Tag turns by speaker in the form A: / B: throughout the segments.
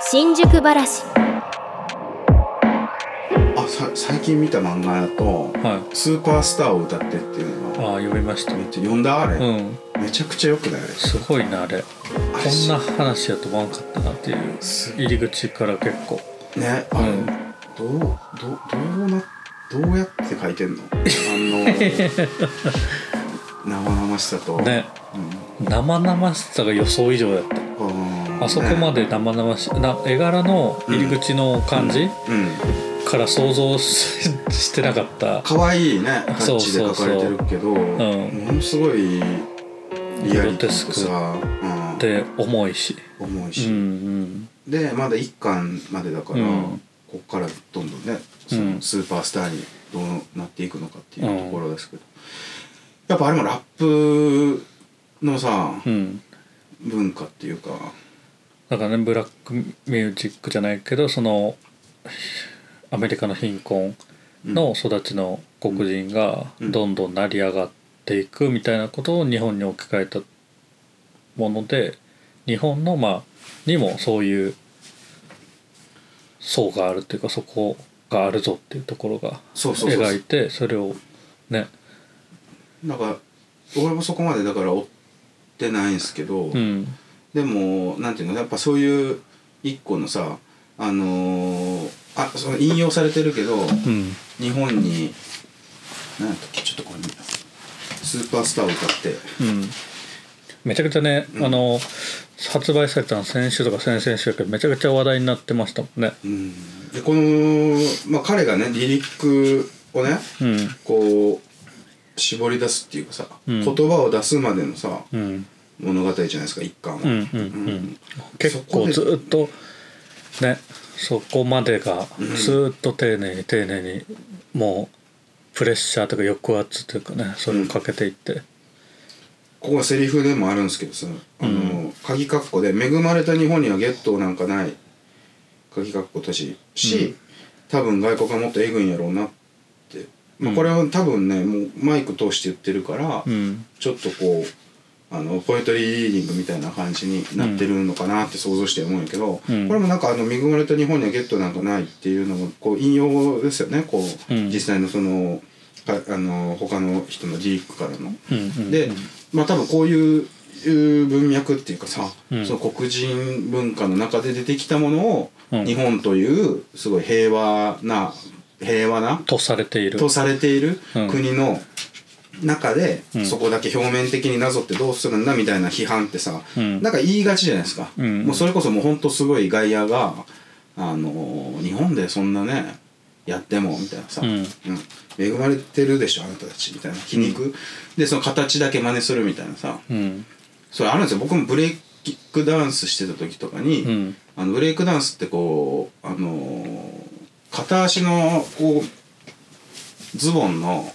A: 新宿ばらし
B: あさ最近見た漫画だと
C: は
B: 「スーパースターを歌って」っていうの
C: い
B: が
C: ああ読みました
B: めっちゃ読んだあれ、
C: うん
B: めちゃくちゃよくないあれ
C: すごいなあれ
B: あれ
C: こんな話やと思わんかったなっていう
B: す
C: 入り口から結構
B: ね
C: う
B: あれ、
C: ん
B: どうどうどうなどうやって書いてんのあの 生々しさと、
C: ね
B: うん
C: 生々しさが予想以上だった
B: あー
C: あそこま
B: ね
C: で生々しいな絵柄の入り口の感じ
B: うん
C: から想像ししてなかった
B: 可愛いねタ
C: そ
B: ッ
C: う
B: チで
C: そ
B: 書
C: うそ
B: か
C: う
B: れてるけど
C: ん
B: ものすごいリアリ
C: グロ
B: テ
C: テ
B: ィ
C: ス
B: と
C: ク
B: さ、うん
C: って重いし
B: 重いうし、
C: ん
B: でまだ1巻までだから、
C: うん
B: こっからどんどんねそのスーパースターにどうなっていくのかっていうところですけど、やっぱあれもラップのさ、
C: うんうん
B: 文化っていうか
C: なんかねブラックミュージックじゃないけどそのアメリカの貧困の育ちの黒人が
B: うん
C: どんどん成り上がっていくみたいなことを日本に置き換えたもので日本のまあにもそういう層があるっていうかそこがあるぞっていうところが
B: そうそうそう
C: 描いてそれをね
B: なんか俺もそこまでだから追ってないんですけど、
C: うん
B: でもなんていうのやっぱそういう一個のさあのーあその引用されてるけど
C: うん
B: 日本に何やったっけちょっとこれ見たスーパースターを歌って
C: うんめちゃくちゃね、
B: うん
C: あの発売されたの先週とか先々週だけどめちゃくちゃ話題になってましたもんね
B: うんでこの、まあ、彼がねリリックをね
C: うん
B: こう絞り出すっていうかさ、
C: うん
B: 言葉を出すまでのさ
C: うん
B: 物語じゃないですか一巻は、
C: うんうんうん結構
B: そこ
C: ずっとねそこまでが
B: うん
C: ずーっと丁寧に丁寧にもうプレッシャーとか抑圧というかねそれをかけていって、
B: ここはセリフでもあるんですけどさ、あの鍵括弧で「恵まれた日本にはゲットーなんかない」鍵括弧閉じし、
C: うん
B: 多分外国はもっとえぐいんやろうなって、ま
C: う
B: あ、
C: ん
B: これは多分ねもうマイク通して言ってるから、
C: うん
B: ちょっとこうあのポエトリーリーディングみたいな感じになってるのかなって想像して思うんやけど、
C: うん
B: これもなんかあの「恵まれた日本にはゲットーなんかない」っていうのもこう引用ですよねこう、
C: うん
B: 実際のそのかあの他の人のリリックからの。
C: うんうん
B: で、まあ多分こういういう文脈っていうかさ、
C: うん
B: その黒人文化の中で出てきたものを、
C: うん
B: 日本というすごい平和な平和な
C: とされている
B: とされている
C: うん
B: 国の中で、
C: うん
B: そこだけ表面的になぞってどうするんだみたいな批判ってさ、
C: うん
B: なんか言いがちじゃないですか、
C: うん
B: もうそれこそもうほんとすごい外野が、あのー日本でそんなねやってもみたいなさ、
C: うん
B: うん恵まれてるでしょあなたたちみたいな皮肉、でその形だけ真似するみたいなさ
C: うん
B: それあるんですよ僕もブレイクダンスしてた時とかに、
C: うん
B: あのブレイクダンスってこうあのー片足のこうズボンの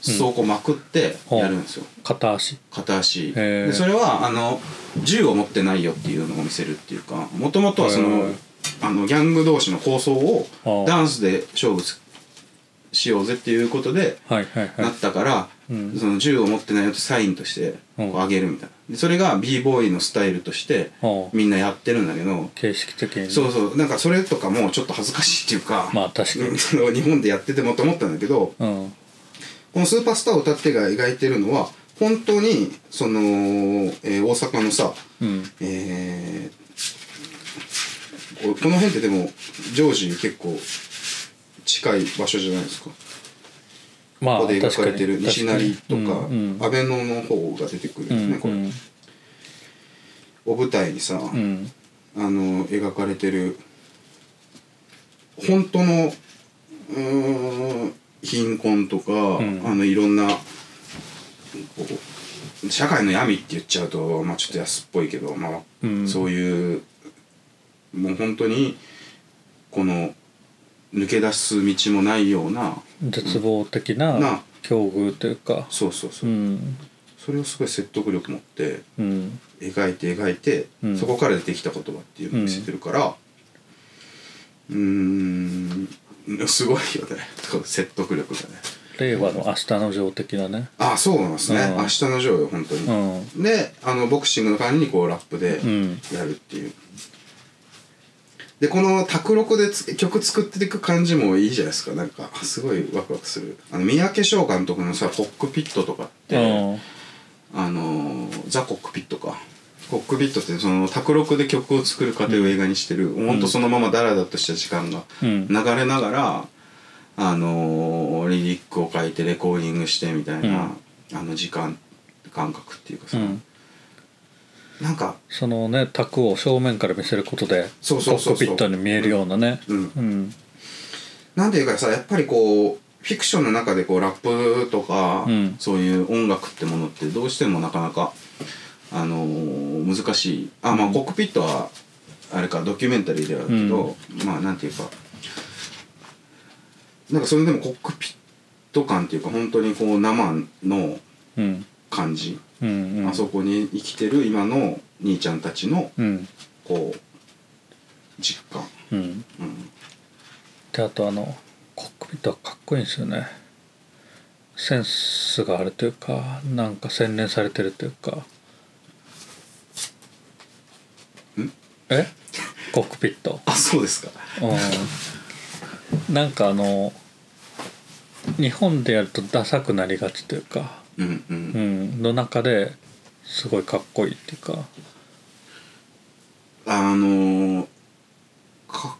B: 裾をこうまくってやるんですよ、
C: 片足
B: 片足
C: へー
B: でそれはあの銃を持ってないよっていうのを見せるっていうかもともとはそ
C: へ
B: の
C: ー
B: あのギャング同士の抗争を
C: あー
B: ダンスで勝負しようぜっていうことで
C: はいはいはい
B: なったから、
C: うん
B: その銃を持ってないよってサインとしてこ
C: うん
B: うあげるみたいなでそれが b ボーイのスタイルとして
C: うん
B: みんなやってるんだけど
C: 形式的にね
B: そうそうなんかそれとかもちょっと恥ずかしいっていうか、
C: まあ確かに
B: その日本でやっててもと思ったんだけど
C: うん
B: この「スーパースターを歌って」が描いてるのは本当にその、えー大阪のさ、
C: うん
B: えーここの辺ってでも常時結構近い場所じゃないですか。
C: まあ
B: ここで描
C: 確
B: か
C: か
B: れ
C: に
B: てる西成と
C: 確
B: か
C: にうん
B: 阿部野の方が出てくるんで
C: う
B: す
C: ん
B: ね、これ、
C: うん
B: お舞台にさ、
C: うん
B: あの描かれてる本当のうーん貧困とか、
C: ん
B: あのいろんなこう社会の闇って言っちゃうと、まあ、ちょっと安っぽいけど、まあ
C: うん
B: そういうもう本当にこの抜け出す道もないような
C: 絶望的
B: な
C: な境遇というか
B: そうそうそうう、
C: ん
B: それをすごい説得力持って
C: うん
B: 描いて描いて、
C: うん
B: そこから出てきた言葉っていうのを見せてるからうーんすごいよね説得力がね
C: 令和の明日の情的なね
B: あそうなんですね、
C: うん
B: 明日のジョーよ本当
C: う
B: に、
C: ん
B: であのボクシングの代わりにこうラップで
C: うん
B: やるっていう、でこの卓録でつ曲作っていく感じもいいじゃないですかなんかすごいワクワクするあの三宅翔監督のさ「コックピット」とかって、
C: うん
B: あのーザ・コックピットかコックピットってその卓録で曲を作る過程を映画にしてる、ほんとそのままダラダラとした時間が
C: うん
B: 流れながら、あのーリリックを書いてレコーディングしてみたいな、あの時間感覚っていうか
C: う
B: さ、
C: ん
B: なんか
C: そのね卓を正面から見せることで
B: そうそうそうそう
C: コックピットに見えるようなね
B: うん
C: うん
B: なんていうかさやっぱりこうフィクションの中でこうラップとか、
C: うん
B: そういう音楽ってものってどうしてもなかなか、あのー難しいあまあ、
C: うん
B: コックピットはあれかドキュメンタリーではあるけど、まあなんていうかなんかそれでもコックピット感っていうか本当にこう生の
C: うん
B: 感じ、
C: うんうん
B: あそこに生きてる今の兄ちゃんたちの
C: うん
B: こう実感、
C: うん
B: うん、
C: であとあのコックピットはかっこいいんですよねセンスがあるというかなんか洗練されてるというかえコックピット
B: あそうですか
C: うんなんかあの日本でやるとダサくなりがちというか、
B: うんうん
C: うん、の中ですごいかっこいいっていうか
B: あのー、か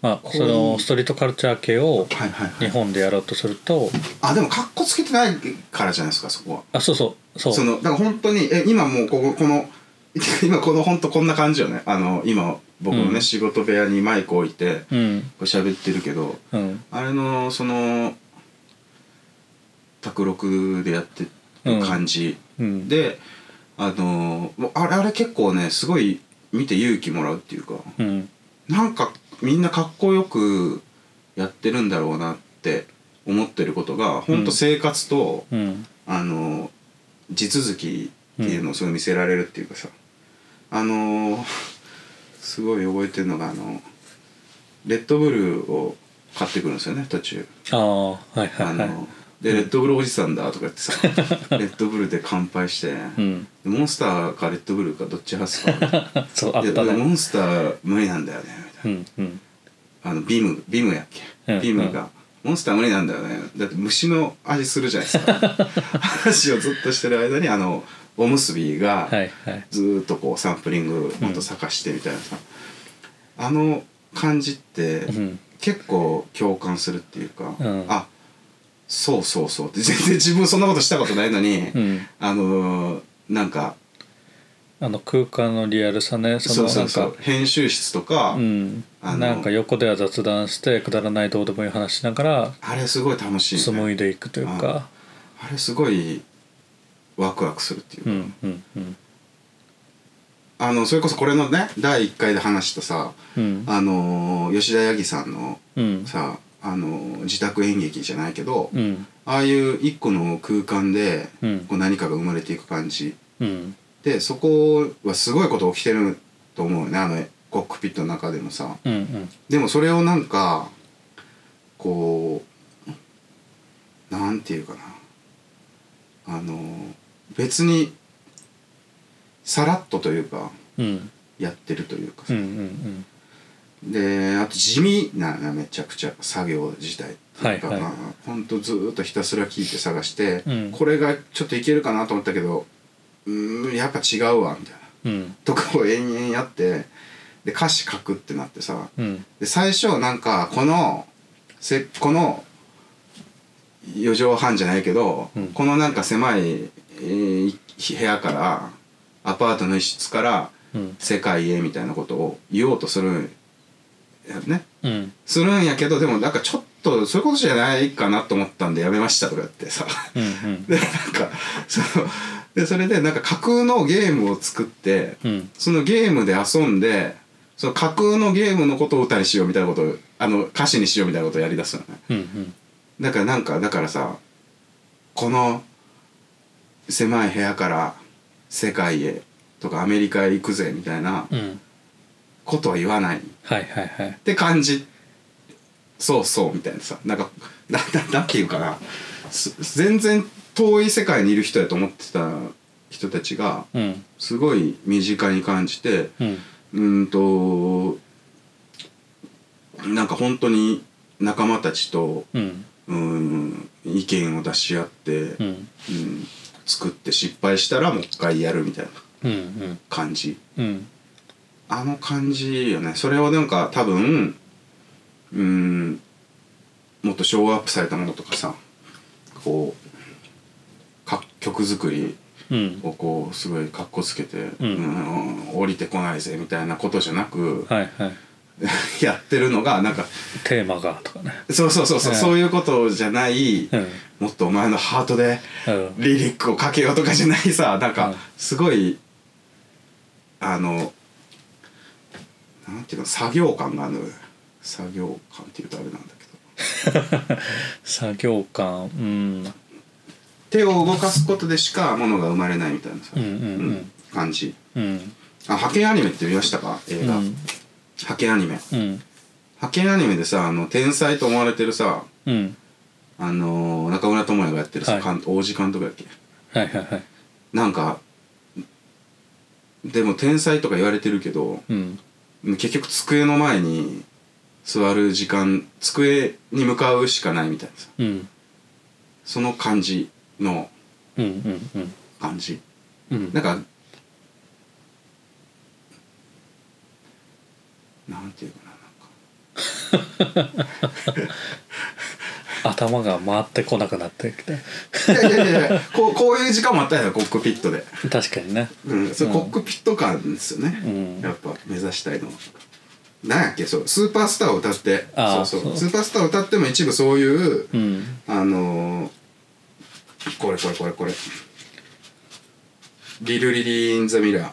C: まあそのストリートカルチャー系を
B: はいはいは
C: 日
B: い
C: 本でやろうとすると
B: あでもかっこつけてないからじゃないですかそこは
C: あそうそうそう
B: そのだから本当にえ今もうこここの 今この本当こんな感じよねあの今僕のね、
C: うん
B: 仕事部屋にマイク置いて
C: うん
B: こう喋ってるけど
C: うん
B: あれのその卓録でやってる感じ、
C: うん
B: であのーもうあれあれ結構ねすごい見て勇気もらうっていうか
C: うん
B: なんかみんなかっこよくやってるんだろうなって思ってることが本当生活と、
C: うん
B: あの地続きっていうのをすごい見せられるっていうかさ、あのすごい覚えてるのがあのレッドブルを買ってくるんですよね途中。
C: ああはいは
B: あ
C: い
B: の
C: は
B: でレッドブルおじさんだとか言ってさ レッドブルで乾杯して、
C: いうん
B: モンスターかレッドブルかどっち派っすか
C: そう あっ
B: い
C: た
B: やモ
C: ね
B: ンスター無理なんだよねみたいな。
C: うんうん
B: あのビームビームやっけ、
C: うん
B: ビームが、モンスター無理なんだよねだって虫の味するじゃないです か話をずっとしてる間にあのおむすびが
C: はいはい
B: ずーっとこうサンプリングもっと探してみたいなさ、あの感じって
C: うん
B: 結構共感するっていうか、
C: うん
B: あそうそうそうって全然自分そんなことしたことないのに、
C: うん
B: あのーなんか
C: あの空間のリアルさねそ
B: そう
C: の
B: そ
C: なん
B: うそう
C: か
B: 編集室とか、
C: うん
B: あの
C: なんか横では雑談してくだらないどうでもいい話しながら
B: あれすごい楽しい、ね、
C: 紡いでいくというか
B: あれすごいワクワクするっていう
C: う
B: か、
C: んうんうん
B: あのそれこそこれのね第1回で話したさ、
C: うん
B: あのー吉田八木さんの
C: うん
B: さ、あのー自宅演劇じゃないけど、
C: うん
B: ああいう一個の空間で
C: うん
B: こう何かが生まれていく感じ
C: うん
B: でそこはすごいこと起きてると思うよねあのコックピットの中でもさ
C: うんうん
B: でもそれをなんかこうなんていうかなあの別にさらっとというか
C: うん
B: やってるというか
C: うんう、ん
B: であと地味ななめちゃくちゃ作業自体っていうか、
C: はいはい
B: まあほんとずーっとひたすら聞いて探して、
C: うん
B: これがちょっといけるかなと思ったけどうーんやっぱ違うわみたいな
C: うん
B: とかを延々やってで歌詞書くってなってさ、
C: うん
B: で最初なんかこのせこの4畳半じゃないけど、
C: うん
B: このなんか狭い、えー部屋からアパートの一室から
C: うん
B: 世界へみたいなことを言おうとするんやね
C: うん
B: するんやけどでもなんかちょっとそういうことじゃないかなと思ったんでやめましたとか言ってさ
C: うん
B: でなんかそのでそれでなんか架空のゲームを作って
C: うん
B: そのゲームで遊んでその架空のゲームのことを歌にしようみたいなことをあの歌詞にしようみたいなことをやりだすのね
C: うんうん
B: だからなんかだからさこの狭い部屋から世界へとかアメリカへ行くぜみたいな
C: うん
B: ことは言わないっ
C: はいはいはい
B: て感じそうそうみたいなさなんかなななんていうかなす全然遠い世界にいる人やと思ってた人たちが
C: うん
B: すごい身近に感じて
C: うん
B: うーんとなんか本当に仲間たちと
C: うん
B: うん意見を出し合って、う
C: うんん
B: 作って失敗したらもう一回やるみたいな
C: うんうん
B: 感じ
C: うん
B: あの感じよねそれをなんか多分うんもっとショーアップされたものとかさこうか曲作り
C: うん
B: をこうすごいかっこつけて、
C: うん
B: うん降りてこないぜみたいなことじゃなく、
C: はいはい
B: やってるのがなんか
C: テーマがとかね
B: そうそうそうそう、
C: うん
B: そういうことじゃない、
C: うん
B: もっとお前のハートで
C: うん
B: リリックをかけようとかじゃないさなん
C: う
B: か
C: ん
B: すごいあのなんていうの作業感があるのよ作業感っていうとあれなんだけど
C: 作業感うん
B: 手を動かすことでしかものが生まれないみたいなさ、
C: うんうん
B: うん感じ
C: うん
B: あ派遣アニメって見ましたか映
C: うんう
B: 画、
C: ん
B: 派遣アニメ
C: うん
B: 派遣アニメでさあの天才と思われてるさ
C: うん
B: あの中村倫也がやってるさ、
C: はい
B: 監王子監督だっけ
C: はいはいはい
B: なんかでも天才とか言われてるけど
C: うん
B: 結局机の前に座る時間机に向かうしかないみたいなさ
C: うん
B: その感じの
C: うんうんうん
B: 感じ
C: うん
B: なんかなんていうかななんか
C: 頭が回ってこなくなってきて
B: いやいやいやいやこうこういう時間もあったよコックピットで、
C: 確かにね
B: うん、それコックピット感ですよね、
C: うん
B: やっぱ目指したいのはなんやっけそうスーパースターを歌って
C: あ
B: そ
C: ー
B: うそう
C: そう
B: スーパースターを歌っても一部そういう
C: うん
B: あのー、これこれこれこれリルリリー・イン・ザ・ミラー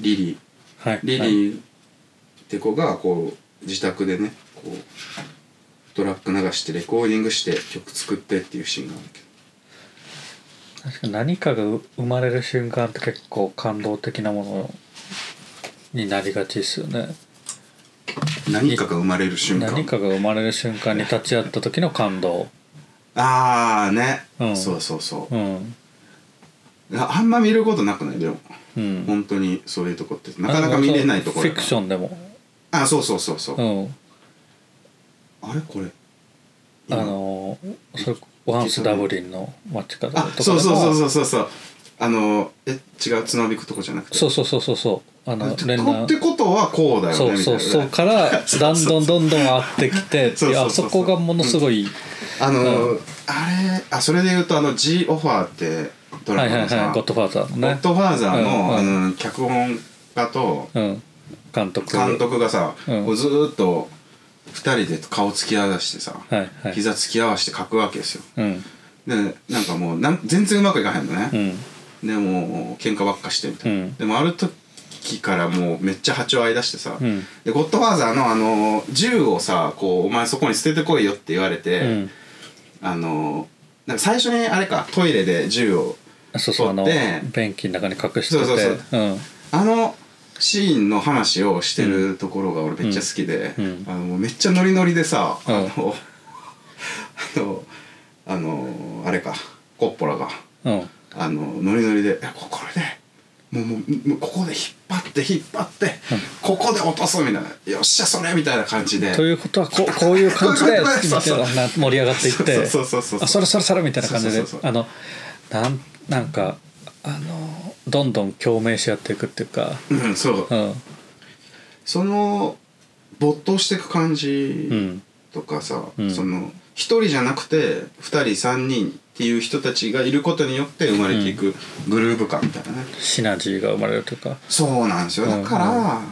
B: リリー
C: はい
B: リ
C: はい
B: リーって子がこう自宅でねこうトラック流してレコーディングして曲作ってっていうシーンがあるんだけど
C: 確かに何かが生まれる瞬間って結構感動的なものになりがちですよね
B: 何かが生まれる瞬間
C: 何かが生まれる瞬間に立ち会った時の感動
B: ああね、
C: うん
B: そうそうそ
C: うん
B: うああんま見ることなくないでも
C: うん
B: 本当にそういうとこってなかなか見れないところ
C: フィクションでも
B: あそうそうそうそう、
C: うん
B: あれこれ
C: あのそれワンスダブリンの街角と
B: あ
C: かでも
B: そうそうそうそうそうそうあのえ違うつなびくとこじゃなくて
C: そうそうそうそうそうあ
B: あ
C: の
B: って
C: 連弾
B: ってことはこうだよね
C: そう
B: みたい
C: そう
B: な
C: そうからだんどんどんどん合ってきて
B: そうそうそうそう
C: であそこがものすごい
B: あの、
C: う
B: あれあそれで言うとあの G オファーってド
C: は
B: ラ
C: い
B: マ
C: はい
B: のさ、
C: はいゴッドファーザー
B: ゴ
C: の
B: ッ
C: ね
B: ドファーザーの,、
C: うんうん
B: あの脚本家と
C: うん監督
B: 監督がさ、
C: うん
B: こうずーっと2人で顔突き合わせてさ、
C: はいはい
B: 膝突き合わせて書くわけですよ
C: うん
B: でなんかもうなん全然うまくいかへんのね、
C: うん
B: でもう喧嘩ばっかしてみたいな、
C: うん
B: でもある時からもうめっちゃ波長合いだしてさ、
C: うん
B: でゴッドファーザーのあの銃をさこうお前そこに捨ててこいよって言われて、
C: うん
B: あのなんか最初にあれかトイレで銃を
C: そうそうあの
B: 撮って
C: 便器の中に隠して
B: そう
C: て
B: そうそう
C: うん
B: あのシーンの話をしてるところが俺めっちゃ好きで、
C: うんうん
B: あのもうめっちゃノリノリでさ、
C: うん
B: あの あのあのあれかコッポラが
C: うん
B: あのノリノリで「いやここれでもうもうもうここで引っ張って引っ張って、ここで落とす」みたいな「よっしゃそれ」みたいな感じで。
C: ということは こうこういう感じで
B: そうそうそう
C: みたいな盛り上がっていって
B: そうそうそうそうそう
C: あそれそれそれみたいな感じで
B: そうそうそうそう
C: あのなんなんかあのどんどん共鳴し合っていくっていうか、
B: うん、そう
C: うん、
B: その没頭していく感じ、
C: うん
B: とかさ、
C: うん
B: その一人じゃなくて二人三人っていう人たちがいることによって生まれていくグルーヴ感みたいなね、
C: シナジーが生まれるというか、
B: そうなんですよだから、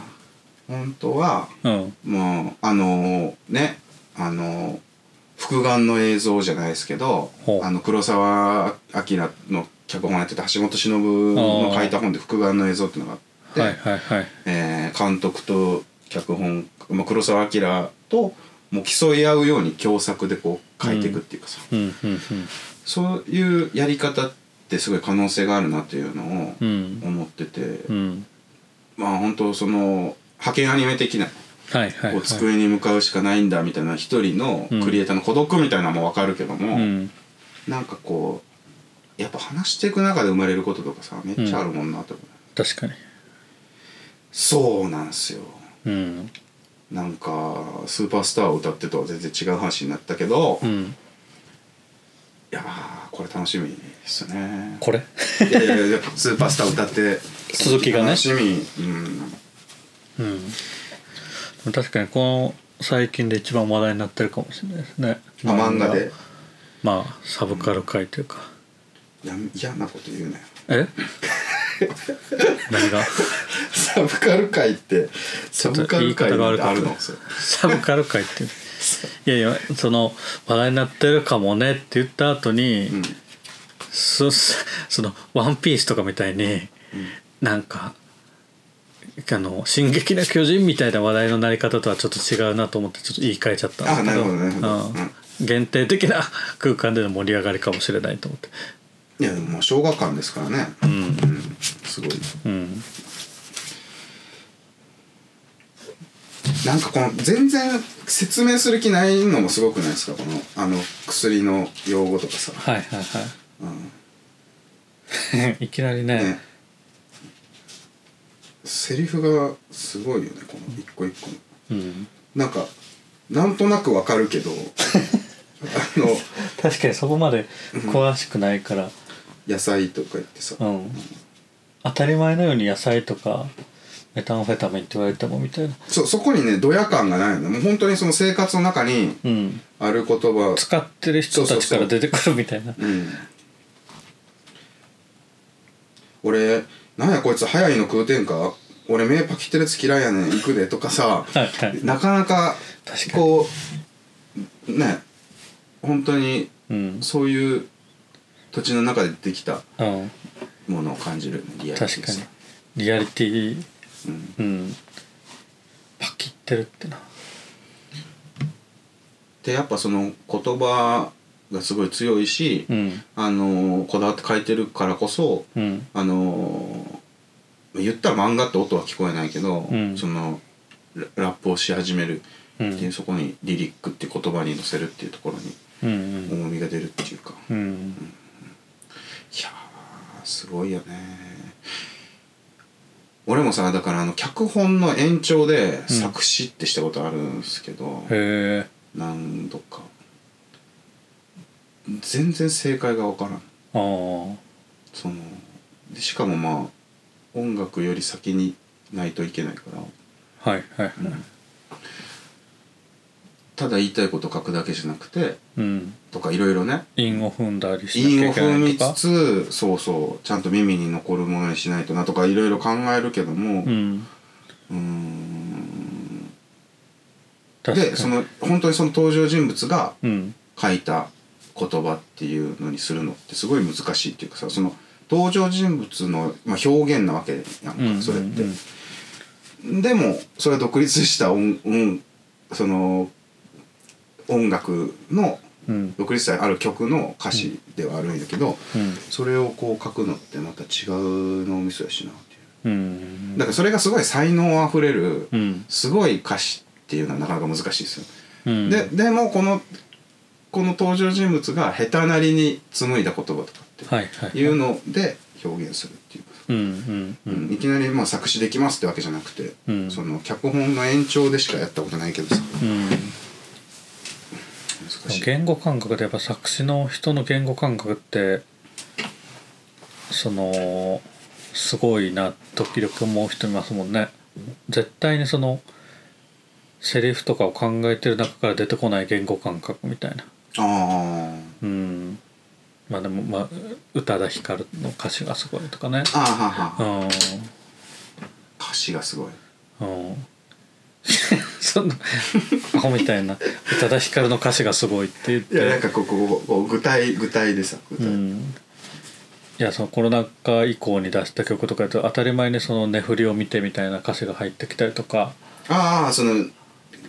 B: 本当は
C: うん、
B: もうあのねあの復眼の映像じゃないですけど
C: ほう
B: あの黒澤明の脚本をやってた橋本忍の書いた本で「復眼の映像」っていうのがあって、
C: はいはいはい
B: えー監督と脚本、まあ、黒澤明ともう競い合うように共作でこう書いていくっていうかさ、
C: うんうん
B: そういうやり方ってすごい可能性があるなというのを
C: うんうん
B: 思ってて、
C: うん
B: まあ本当その派遣アニメ的な
C: はいはい
B: こ
C: は
B: う
C: い
B: 机に向かうしかないんだみたいな一人のクリエイターの孤独みたいなのも分かるけども、
C: うん
B: なんかこうやっぱ話していく中で生まれることとかさめっちゃあるもんなと思う、
C: 確かに
B: そうなんすよ
C: うん
B: なんかスーパースターを歌ってとは全然違う話になったけど、
C: う
B: い
C: ん
B: やーこれ楽しみです ね
C: これ
B: いやいやいやスーパースターを歌って
C: 続きがね
B: 楽しみうん
C: うん確かにこの最近で一番話題になってるかもしれないですね
B: あ漫画で
C: まあサブカル界というか、
B: や嫌なこと言うな よ
C: え何が
B: サブカル界ってサ
C: ょっ
B: ブ
C: と
B: カ
C: 言
B: ル
C: い方
B: 界
C: が
B: なん
C: 悪
B: て
C: か
B: あ
C: った
B: るのそれ
C: サブカル界っていやいやその話題になってるかもねって言った後に、
B: うん
C: そそその「ワンピースとかみたいに、なんか「あの進撃の巨人」みたいな話題のなり方とはちょっと違うなと思ってちょっと言い換えちゃったんで
B: あな
C: すけど
B: るほどなるほど
C: うん
B: うん
C: 限定的な空間での盛り上がりかもしれないと思って、
B: いやでももう小学館ですからね
C: うん
B: うんすごい
C: うん、
B: なんかこの全然説明する気ないのもすごくないですかこのあの薬の用語とかさ、
C: はいはいは
B: うん
C: いいきなりね
B: ねセリフがすごいよねこの一個一個の
C: うん、
B: なんかなんとなくわかるけどあの
C: 確かにそこまで詳しくないから、
B: 野菜とか言ってさ、
C: うん、当たり前のように野菜とかメタンフェタミンって言われてもみたいな、
B: そうそこにねドヤ感がないのもう本当にその生活の中に
C: うん、
B: ある言葉
C: 使ってる人たちから出てくるみたいな
B: うん俺なんやこいつ早いの食うてんか俺目パキってるやつ嫌いやねん行くでとかさ
C: はいはい
B: なかなか
C: 確かに
B: こうね本当に
C: うん、
B: そういう土地の中でできた
C: うん、
B: ものを感じるよねリアリティ
C: 確か
B: さ
C: にリアリティ
B: うん、
C: うんパキってるってな
B: でやっぱその言葉がすごい強いし、
C: うん
B: あのこだわって書いてるからこそ
C: うん
B: あの言ったら漫画って音は聞こえないけど、
C: うん
B: そのララップをし始める
C: う
B: っていう、
C: ん
B: そこにリリックって言葉に乗せるっていうところに
C: うん
B: 重みが出るっていうか、い
C: うんうん
B: やーすごいよね俺もさだからあの脚本の延長で作詞ってしたことあるんですけど、
C: へえ
B: 何度か全然正解が分からん
C: ああ
B: そのでしかもまあ音楽より先にないといけないから
C: はいはいはい
B: ただ言いたいこと書くだけじゃなくて
C: うん
B: とかいろいろね
C: 韻を踏んだりし
B: 韻
C: な
B: を
C: きゃ
B: 踏
C: いけな
B: み
C: いとか
B: つつそうそうちゃんと耳に残るものにしないとなとかいろいろ考えるけども
C: うん
B: うーん
C: 確かに
B: でその本当にその登場人物が
C: うん
B: 書いた言葉っていうのにするのってすごい難しいっていうかさその登場人物の、まあ、表現なわけやんか、
C: うん
B: それって、
C: うんうん
B: でもそれは独立した音音その音楽の
C: うん
B: 独立したある曲の歌詞ではあるんだけど、
C: うん
B: それをこう書くのってまた違う脳みそやしなっていう
C: うん
B: だからそれがすごい才能あふれる
C: うん
B: すごい歌詞っていうのはなかなか難しいですよ
C: うん
B: ででもこのこの登場人物が下手なりに紡いだ言葉とかっ
C: はいはい
B: ていうので表現するっていう、
C: うんうんう
B: うん
C: ん
B: いきなりまあ作詞できますってわけじゃなくて、
C: うん
B: その脚本の延長でしかやったことないけどさ
C: うん
B: 難しい、
C: 言語感覚でやっぱ作詞の人の言語感覚ってそのすごいな時々思う人いますもんね絶対にそのセリフとかを考えてる中から出てこない言語感覚みたいな
B: あ
C: うんまあでもまあ宇多田ヒカルの歌詞がすごいとかね
B: あああはは
C: う
B: は
C: ん
B: 歌詞がすごい
C: うんそんなアホみたいな宇多田ヒカルの歌詞がすごいって言って
B: いやなんかこうこうこう具体具体でさ具体、
C: うんいやそのコロナ禍以降に出した曲とかやと当たり前にその「寝振りを見て」みたいな歌詞が入ってきたりとか、
B: ああその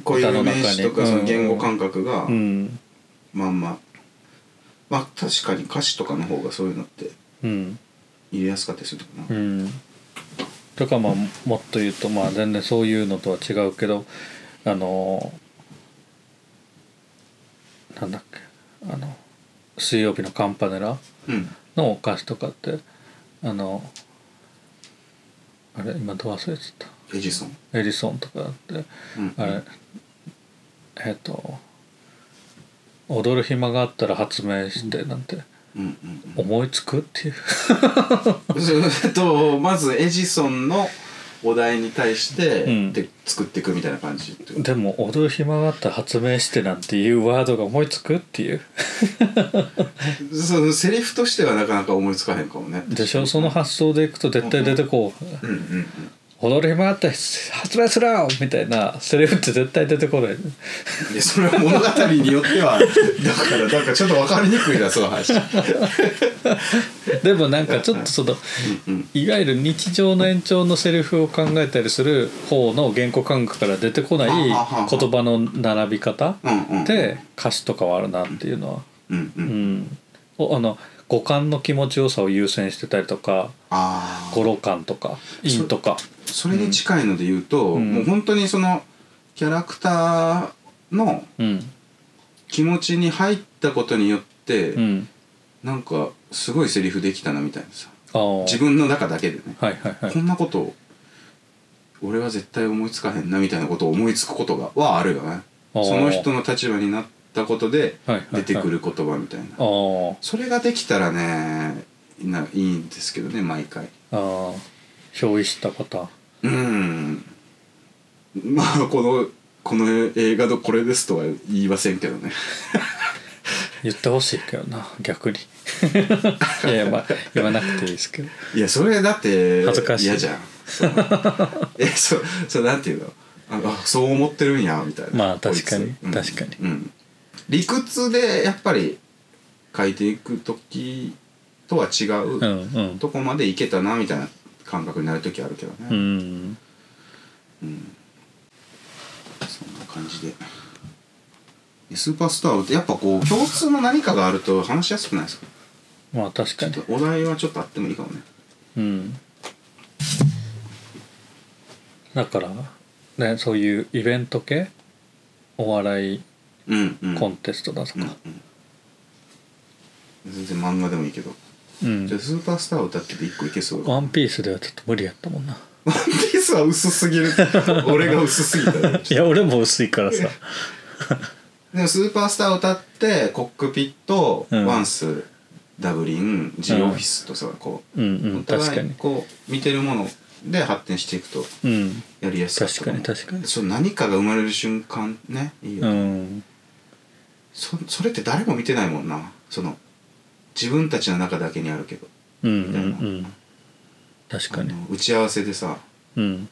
B: こういう名詞と
C: 歌
B: か
C: の中に
B: その言語感覚が
C: うん
B: まんままあ確かに歌詞とかの方がそういうのって
C: うん
B: 入れやすかったりするのかな、
C: うん、とかまあもっと言うとまあ全然そういうのとは違うけどあのなんだっけあの「水曜日のカンパネラ」
B: うん
C: のお菓子とかってあのあれ今どう忘れちゃった
B: エジソン
C: エリソンとかだって
B: うん
C: あれえっと踊る暇があったら発明してなんて
B: うんうん
C: 思いつくっていう
B: うんそれとまずエジソンのお題に対して、
C: うん
B: で作っていくみたいな感じってこと
C: でも踊る暇があったら発明してなんていうワードが思いつくっていう
B: そのセリフとしてはなかなか思いつかへんかもね
C: でしょその発想でいくと絶対出てこう
B: うんうんうん
C: 踊る暇があったら発明するよみたいなセリフって絶対出てこない
B: いやそれは物語によってはだからなんかちょっと分かりにくいなその話
C: でもなんかちょっとその
B: うん
C: いわゆる日常の延長のセリフを考えたりする方の原稿感覚から出てこない言葉の並び方
B: うんうん
C: で歌詞とかはあるなっていうのは、
B: うんう
C: うんん、おあの五感の気持ちよさを優先してたりとか
B: ああ
C: 語呂感とか韻とか
B: それに近いので言うと、
C: うん
B: もう本当にそのキャラクターの
C: うん
B: 気持ちに入ったことによって、
C: うん
B: なんかすごいセリフできたなみたいなさ
C: ああ
B: 自分の中だけでね、
C: はいはいはい
B: こんなこと俺は絶対思いつかへんなみたいなことを思いつくことがはあるよね
C: あー
B: その人の立場になったことで
C: はいはいは
B: 出
C: い
B: てくる言葉みたいな、
C: あー
B: それができたらねないいんですけどね毎回
C: あー憑依した方
B: うんまあこのこの映画のこれですとは言いませんけどね
C: 言ってほしいけどな逆に いやいやまあ言わなくていいですけど
B: いやそれだって
C: 恥ずかしい
B: 嫌じゃん そうえそうそうなんていうのあのあそう思ってるんやみたいな
C: まあ確か
B: こ
C: に
B: いつうん
C: 確かに
B: うん、理屈でやっぱり書いていく時とは違う、
C: うんうん
B: とこまでいけたなみたいな感覚になる時あるけどね、
C: うん
B: そんな感じでスーパースターってやっぱこう共通の何かがあると話しやすくないですか
C: まあ確かに
B: お題はちょっとあってもいいかもね
C: うんだからねそういうイベント系お笑い
B: うんうん
C: コンテストだと
B: うん
C: か、
B: うん全然漫画でもいいけど、
C: うん
B: じゃあスーパースターを歌ってて一個いけそうワン
C: ワンピースではちょっと無理やったもんな
B: ピースは薄すぎる俺が薄すぎたね
C: いや俺も薄いからさ
B: でもスーパースターを歌ってコックピット、
C: うん
B: ワンスダブリンジオフィスとさ、こう
C: うんう
B: お
C: ん確か
B: 互い
C: に
B: こう見てるもので発展していくと
C: うん
B: やりやすかった
C: 確か
B: も
C: に確かに
B: そう何かが生まれる瞬間ねいいよ、
C: うん
B: そそれって誰も見てないもんなその自分たちの中だけにあるけど
C: うんうんうん確かに
B: あの打ち合わせでさ
C: うん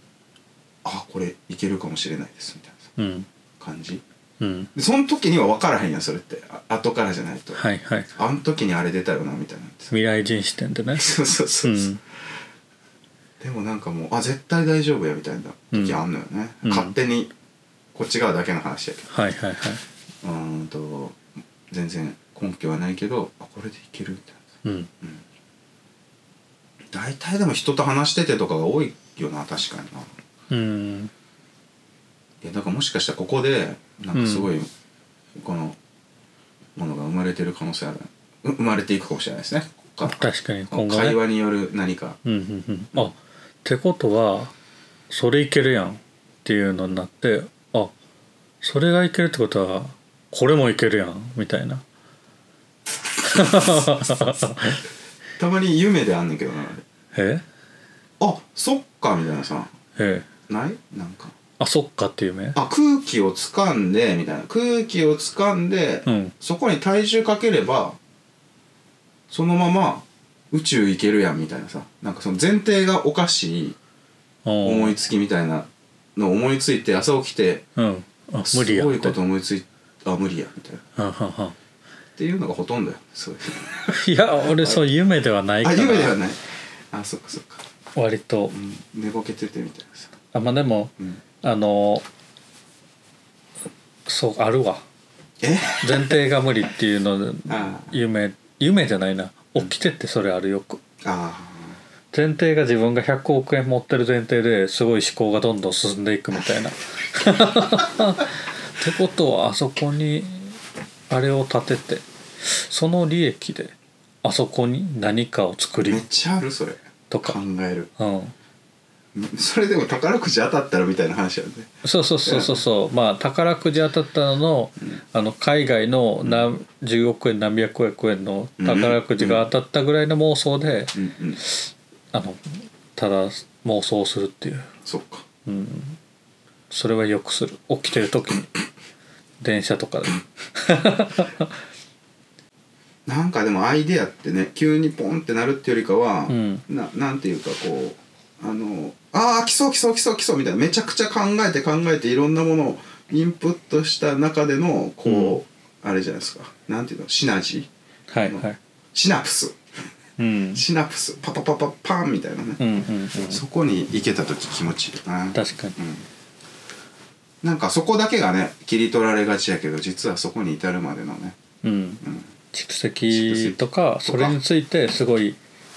B: あこれいけるかもしれないですみたいなさ
C: うん
B: 感じ
C: うん
B: でその時には分からへんやんそれってあ後からじゃないと、
C: はいはい
B: あの時にあれ出たよなみたいなのってさ
C: 未来人視点でね
B: そうそうそううそう、
C: ん
B: でもなんかもうあ絶対大丈夫やみたいな時あんのよね、
C: うん
B: 勝手にこっち側だけの話やけど
C: はいはいはいう
B: ーんと全然根拠はないけどあこれでいけるみたいな
C: うん
B: 大体でも人と話しててとかが多いよな確かにな
C: うん
B: いやだからもしかしたらここでなんかすごいこのものが生まれてる可能性あるう生まれていくかもしれないですねここから
C: 確かに今後
B: 会
C: ね
B: 話による何か
C: うんうんうんあってことはそれいけるやんっていうのになってあそれがいけるってことはこれもいけるやんみたいな
B: たまに夢であんねんけどな
C: え
B: あそっかみたいなさ
C: ええ
B: ないなんか
C: あそっかっていう目
B: あ空気を掴んでみたいな空気を掴んで、
C: うん
B: そこに体重かければそのまま宇宙行けるやんみたいなさなんかその前提がおかしい思
C: 思
B: いつきみたいなのを思いついて朝起きて
C: うんあ無理
B: す
C: や
B: ご
C: っ
B: い
C: て
B: こと思いついあ無理やみたいなっ
C: はんはんはん
B: ていうのがほとんどやそういう
C: いや俺そう夢ではないか
B: あ
C: ら
B: 夢ではないあそっかそっか、
C: 割と
B: うん、寝ぼけててみたいなさ、
C: あまあでも
B: うん、
C: あのそうあるわ
B: え
C: 前提が無理っていうので
B: あ
C: 夢夢じゃないな起きてってそれあるよく
B: あ
C: 前提が自分が100億円持ってる前提ですごい思考がどんどん進んでいくみたいな ってことはあそこにあれを立ててその利益であそこに何かを作
B: ーめ
C: り
B: っちゃあるそれ
C: と
B: 考
C: か
B: える
C: うん
B: それでも宝くじ当たったらみたいな話なんで
C: そうそうそうそうそうまあ宝くじ当たったのの,、あの海外の何10億円何百億円の宝くじが当たったぐらいの妄想で、
B: うんうん
C: あのただ妄想をするっていう、
B: そっか
C: うん、それはよくする起きてる時に電車 とかで
B: なんかでもアイデアってね急にポンってなるってよりかは、
C: うん
B: ななんていうかこうあのああ来そう来そう来そう来そうみたいなめちゃくちゃ考えて考えていろんなものをインプットした中でのこう、あれじゃないですかなんていうのシナジー
C: はいはい
B: シナプス
C: うん
B: シナプスパパパパパンみたいなね、
C: うんうんうん
B: そこに行けた時気持ちいいよな
C: 確かに
B: うんなんかそこだけがね切り取られがちやけど実はそこに至るまでのね、
C: うん
B: うん、
C: 蓄積とか
B: 蓄積と
C: そ
B: か
C: れについてすごい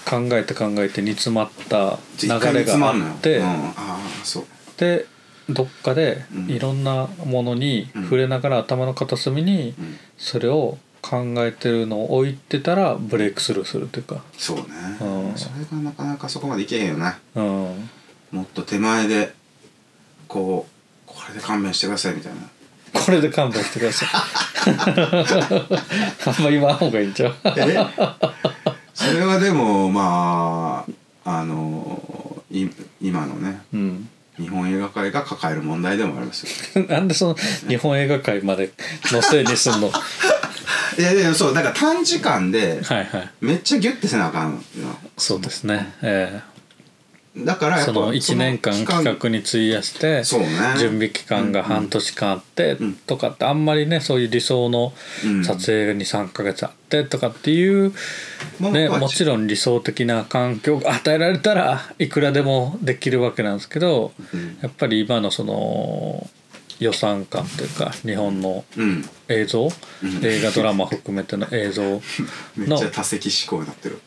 C: 考えて考えて煮詰まった流
B: 一回
C: れ
B: 見つ
C: が
B: まんの
C: あ
B: よ
C: って
B: うん、ああそう
C: でどっかで
B: うん
C: いろんなものに
B: うん
C: 触れながら頭の片隅に
B: うん
C: それを考えてるのを置いてたらブレイクスルーするっていうか、
B: そうね、
C: うん
B: それがなかなかそこまでいけへんよね
C: うん、
B: もっと手前でこうこれで勘弁してくださいみたいな
C: これで勘弁してくだ さいあんま言わん方がいいんちゃう
B: えそれはでもまああのい今のね
C: うん
B: 日本映画界が抱える問題でもありますよ
C: なんでその日本映画界までのせいにすんのはい
B: やいやそうだから短時間で
C: いはい
B: めっちゃギュッてせなあかんの
C: そうですねえ
B: だから
C: え
B: やっぱ
C: その1年間
B: その期
C: 企画に費やして
B: そうね
C: 準備期間が半年間あって
B: うん
C: とかってあんまりねそういう理想の
B: うん
C: 撮影に3ヶ月あってとかっていう、
B: も
C: ね、
B: まあ
C: もちろん理想的な環境が与えられたらいくらでもできるわけなんですけど
B: うん
C: やっぱり今のその予算感というか日本の
B: うん
C: 映像
B: ん
C: 映画ドラマ含めての映像
B: めっ
C: の
B: ちゃ多席思考になってる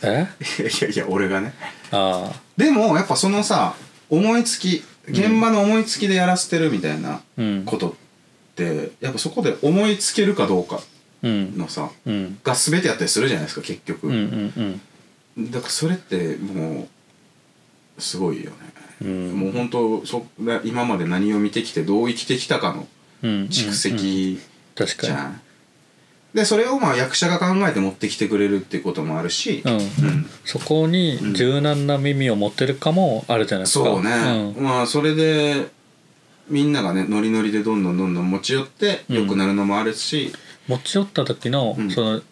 C: え
B: いやいやいや俺がね
C: ああ
B: でもやっぱそのさ思いつき現場の思いつきでやらせてるみたいな
C: うん
B: ことって、やっぱそこで思いつけるかどうか
C: うん
B: のさ
C: うん
B: が全てやったりするじゃないですか結局、
C: うんうん
B: だからそれってもうすごいよね、
C: うん
B: もう本当そ今まで何を見てきてどう生きてきたかの
C: うん
B: 蓄
C: うんうん
B: 積
C: 確
B: じゃん、
C: か
B: でそれをまあ役者が考えて持ってきてくれるってこともあるし、
C: に、うん、
B: うん
C: そこに柔軟な耳を持ってるかもあるじゃないですか
B: そうね、まあそれでみんながねノリノリでどんどんどんどん持ち寄って
C: うん
B: 良くなるのもあるし、
C: 持ち寄った時の、
B: うん
C: その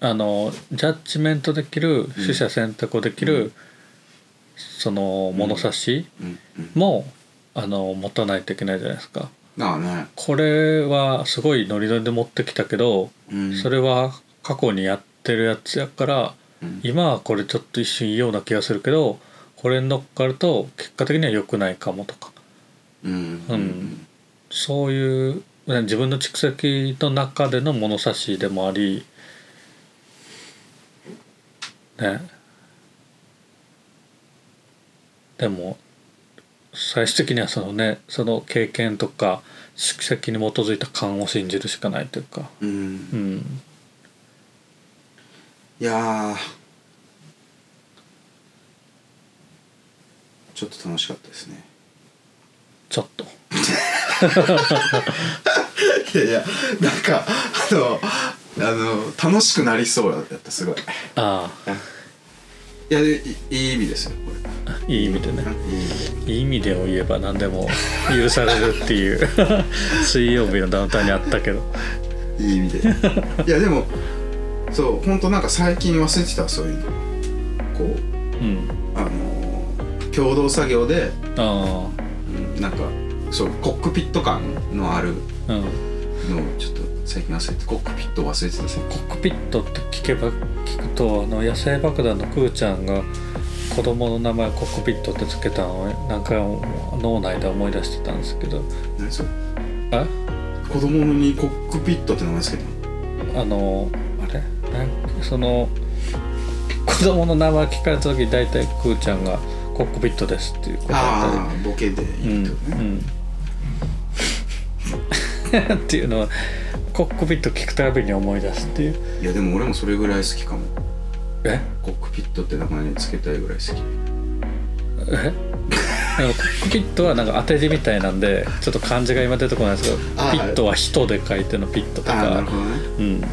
C: あのジャッジメントできる取捨選択をできる、その物差し
B: うんうん
C: も、あの持たないといけないじゃないですか。
B: だからね、
C: これはすごいノリノリで持ってきたけど、
B: うん
C: それは過去にやってるやつやから
B: うん
C: 今はこれちょっと一瞬いいような気がするけどこれに乗っかると結果的には良くないかもとか
B: うん
C: うんそういうね自分の蓄積の中での物差しでもありねでも最終的にはそのねその経験とか蓄積に基づいた勘を信じるしかないというか
B: うん
C: うん
B: いやーちょっと楽しかったですね
C: ちょっと
B: いやいやなんかあのあの楽しくなりそうだったすごい
C: あ
B: いやでいいい意味ですよこ
C: あいい意味で
B: れ、
C: ね
B: いい意味で
C: いい意味でを言えば何でも許されるっていう 水曜日のダウンタウンにあったけど
B: いい意味でいやでもそう本当なんか最近忘れてたそういうのこう
C: うん
B: あのー共同作業で、
C: あ
B: うんなんかそうコックピット感のある
C: あうん
B: のをちょっと最近忘れてコックピットを忘れてたんですよ
C: コックピットって聞けば聞くとあの野生爆弾のクーちゃんが子供の名前をコックピットってつけたのを何回も脳内で思い出してたんですけど
B: 何それ
C: あ
B: 子供にコックピットって名前つけたの
C: あのあれなんその子供の名前聞かれた時大体クーちゃんがコックピットですっていうことだったり
B: ああボケで言うってことね、
C: うんうん っていうのはコックピット聞くたびに思い出すっていう
B: いやでも俺もそれぐらい好きかも
C: え
B: コックピットって名前つけたいぐらい好き
C: え なんかコックピットはなんか当て字みたいなんでちょっと漢字が今出てこないですけど
B: あー
C: ピットは人で書いてのピットと
B: ああな
C: か
B: るほどね
C: うん